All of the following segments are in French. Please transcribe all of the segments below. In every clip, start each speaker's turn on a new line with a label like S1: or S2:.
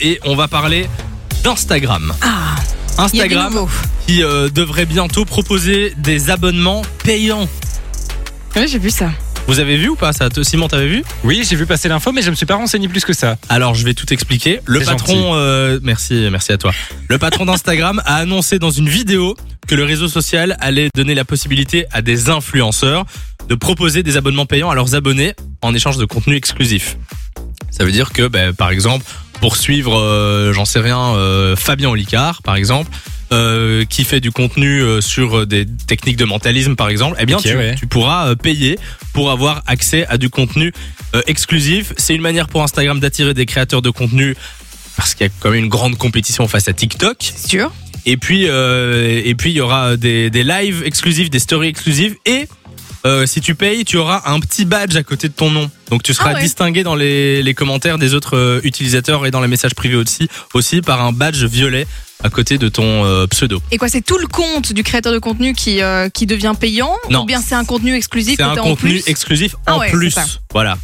S1: et on va parler d'Instagram.
S2: Ah, il y a des
S1: Instagram
S2: nouveaux.
S1: qui euh, devrait bientôt proposer des abonnements payants.
S2: Oui, j'ai vu ça.
S1: Vous avez vu ou pas ça Te- Simon, t'avais vu
S3: Oui, j'ai vu passer l'info, mais je me suis pas renseigné plus que ça.
S1: Alors je vais tout expliquer. Le
S3: C'est gentil.
S1: patron, euh, merci, merci à toi. Le patron d'Instagram a annoncé dans une vidéo que le réseau social allait donner la possibilité à des influenceurs de proposer des abonnements payants à leurs abonnés en échange de contenu exclusif. Ça veut dire que, ben, par exemple, pour suivre, euh, j'en sais rien, euh, Fabien Olicard, par exemple. euh, qui fait du contenu euh, sur des techniques de mentalisme par exemple, eh bien
S3: Ok,
S1: tu,
S3: ouais.
S1: tu pourras euh, payer pour avoir accès à du contenu euh, exclusif. C'est une manière pour Instagram d'attirer des créateurs de contenu parce qu'il y a quand même une grande compétition face à TikTok.
S2: C'est sûr.
S1: Et puis, euh, et puis il y aura des, des lives exclusifs, des stories exclusives. Et euh, si tu payes, tu auras un petit badge à côté de ton nom. Donc tu seras
S2: Ah ouais.
S1: distingué dans les, les commentaires des autres euh, utilisateurs et dans les messages privés aussi, aussi par un badge violet à côté de ton euh, pseudo.
S2: Et quoi, c'est tout le compte du créateur de contenu qui, euh, qui devient payant
S1: Non.
S2: Ou bien c'est un contenu exclusif
S1: C'est
S2: que
S1: un
S2: t'as en
S1: contenu
S2: plus
S1: exclusif
S2: Ah
S1: en
S2: ouais,
S1: plus.
S2: c'est ça.
S1: Voilà.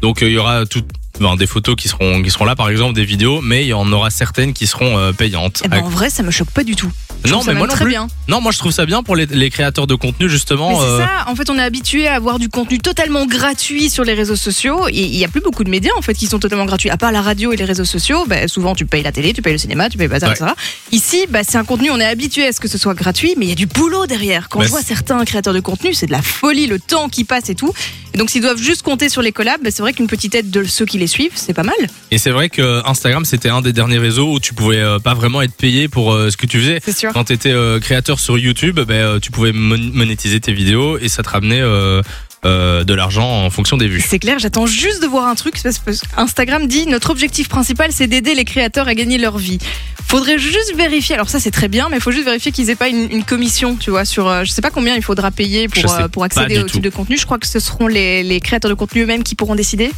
S1: Donc euh, il y aura tout, enfin, des photos qui seront, qui seront là, par exemple, des vidéos, mais il y en aura certaines qui seront euh, payantes.
S2: Eh ben, en vrai, ça me choque pas du tout. Je
S1: non,
S2: trouve ça
S1: mais
S2: même
S1: moi non
S2: très
S1: plus.
S2: bien.
S1: Non, moi je trouve ça bien pour les, les créateurs de contenu, justement.
S2: Mais c'est
S1: euh,
S2: ça, en fait, on est habitué à avoir du contenu totalement gratuit sur les réseaux sociaux. Et il y a plus beaucoup de médias, en fait, qui sont totalement gratuits. À part la radio et les réseaux sociaux, bah, souvent, tu payes la télé, tu payes le cinéma, tu payes bazar,
S1: Ouais.
S2: etc. Ici, bah, c'est un contenu, on est habitué à ce que ce soit gratuit, mais il y a du boulot derrière. Quand
S1: Bah,
S2: je vois
S1: c'est-
S2: certains créateurs de contenu, c'est de la folie, le temps qui passe et tout. Et donc, s'ils doivent juste compter sur les collabs, bah, c'est vrai qu'une petite aide de ceux qui les suivent, c'est pas mal.
S1: Et c'est vrai que Instagram, c'était un des derniers réseaux où tu pouvais euh, pas vraiment être payé pour euh, ce que tu faisais.
S2: C'est sûr.
S1: Quand tu étais créateur sur YouTube, ben, euh, tu pouvais mon- monétiser tes vidéos et ça te ramenait euh, euh, de l'argent en fonction des vues.
S2: C'est clair, j'attends juste de voir un truc parce que Instagram dit notre objectif principal c'est d'aider les créateurs à gagner leur vie. Faudrait juste vérifier, alors ça c'est très bien, mais faut juste vérifier qu'ils aient pas une, une commission, tu vois, sur euh, je sais pas combien il faudra payer
S1: Je
S2: pour,
S1: sais
S2: euh, pour
S1: pas
S2: accéder
S1: du
S2: au
S1: tout.
S2: type de contenu. Je crois que ce seront les, les créateurs de contenu eux-mêmes qui pourront décider.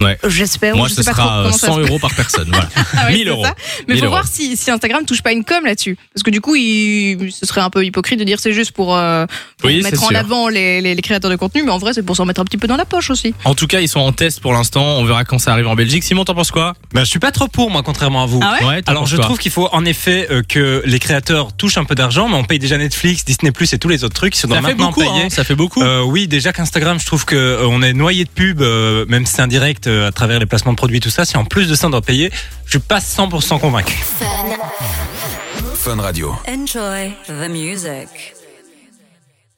S1: Ouais.
S2: J'espère,
S1: Moi,
S2: je
S1: ce
S2: sais pas
S1: sera
S2: trop
S1: euh,
S2: comment ça
S1: 100
S2: se
S1: euros par personne. Voilà.
S2: Ah ouais,
S1: 1000
S2: c'est
S1: euros.
S2: ça. Mais
S1: 1000
S2: faut
S1: euros.
S2: voir si, si Instagram touche pas une com là-dessus. Parce que du coup, il, ce serait un peu hypocrite de dire c'est juste pour, euh, pour
S1: Oui,
S2: mettre
S1: c'est
S2: en
S1: sûr.
S2: avant les, les- les créateurs de contenu, mais en vrai, c'est pour s'en mettre un petit peu dans la poche aussi.
S1: En tout cas, ils sont en test pour l'instant. On verra quand ça arrive en Belgique. Simon, t'en penses quoi
S3: Ben, je suis pas trop pour, moi, contrairement à vous.
S2: Ah ouais
S1: t'en
S3: Alors
S1: penses
S3: je
S1: quoi
S3: trouve qu'il faut en effet euh, que les créateurs touchent un peu d'argent, mais on paye déjà Netflix, Disney Plus et tous les autres trucs qui sont
S1: ça fait,
S3: maintenant
S1: beaucoup,
S3: payés.
S1: hein, ça fait beaucoup.
S3: Euh, oui, déjà qu'Instagram, je trouve que euh, on est noyé de pubs, euh, même si c'est indirect euh, à travers les placements de produits, tout ça. Si en plus de ça on doit payer, je suis pas 100% convaincu.
S4: Fun Radio.
S5: Enjoy the music.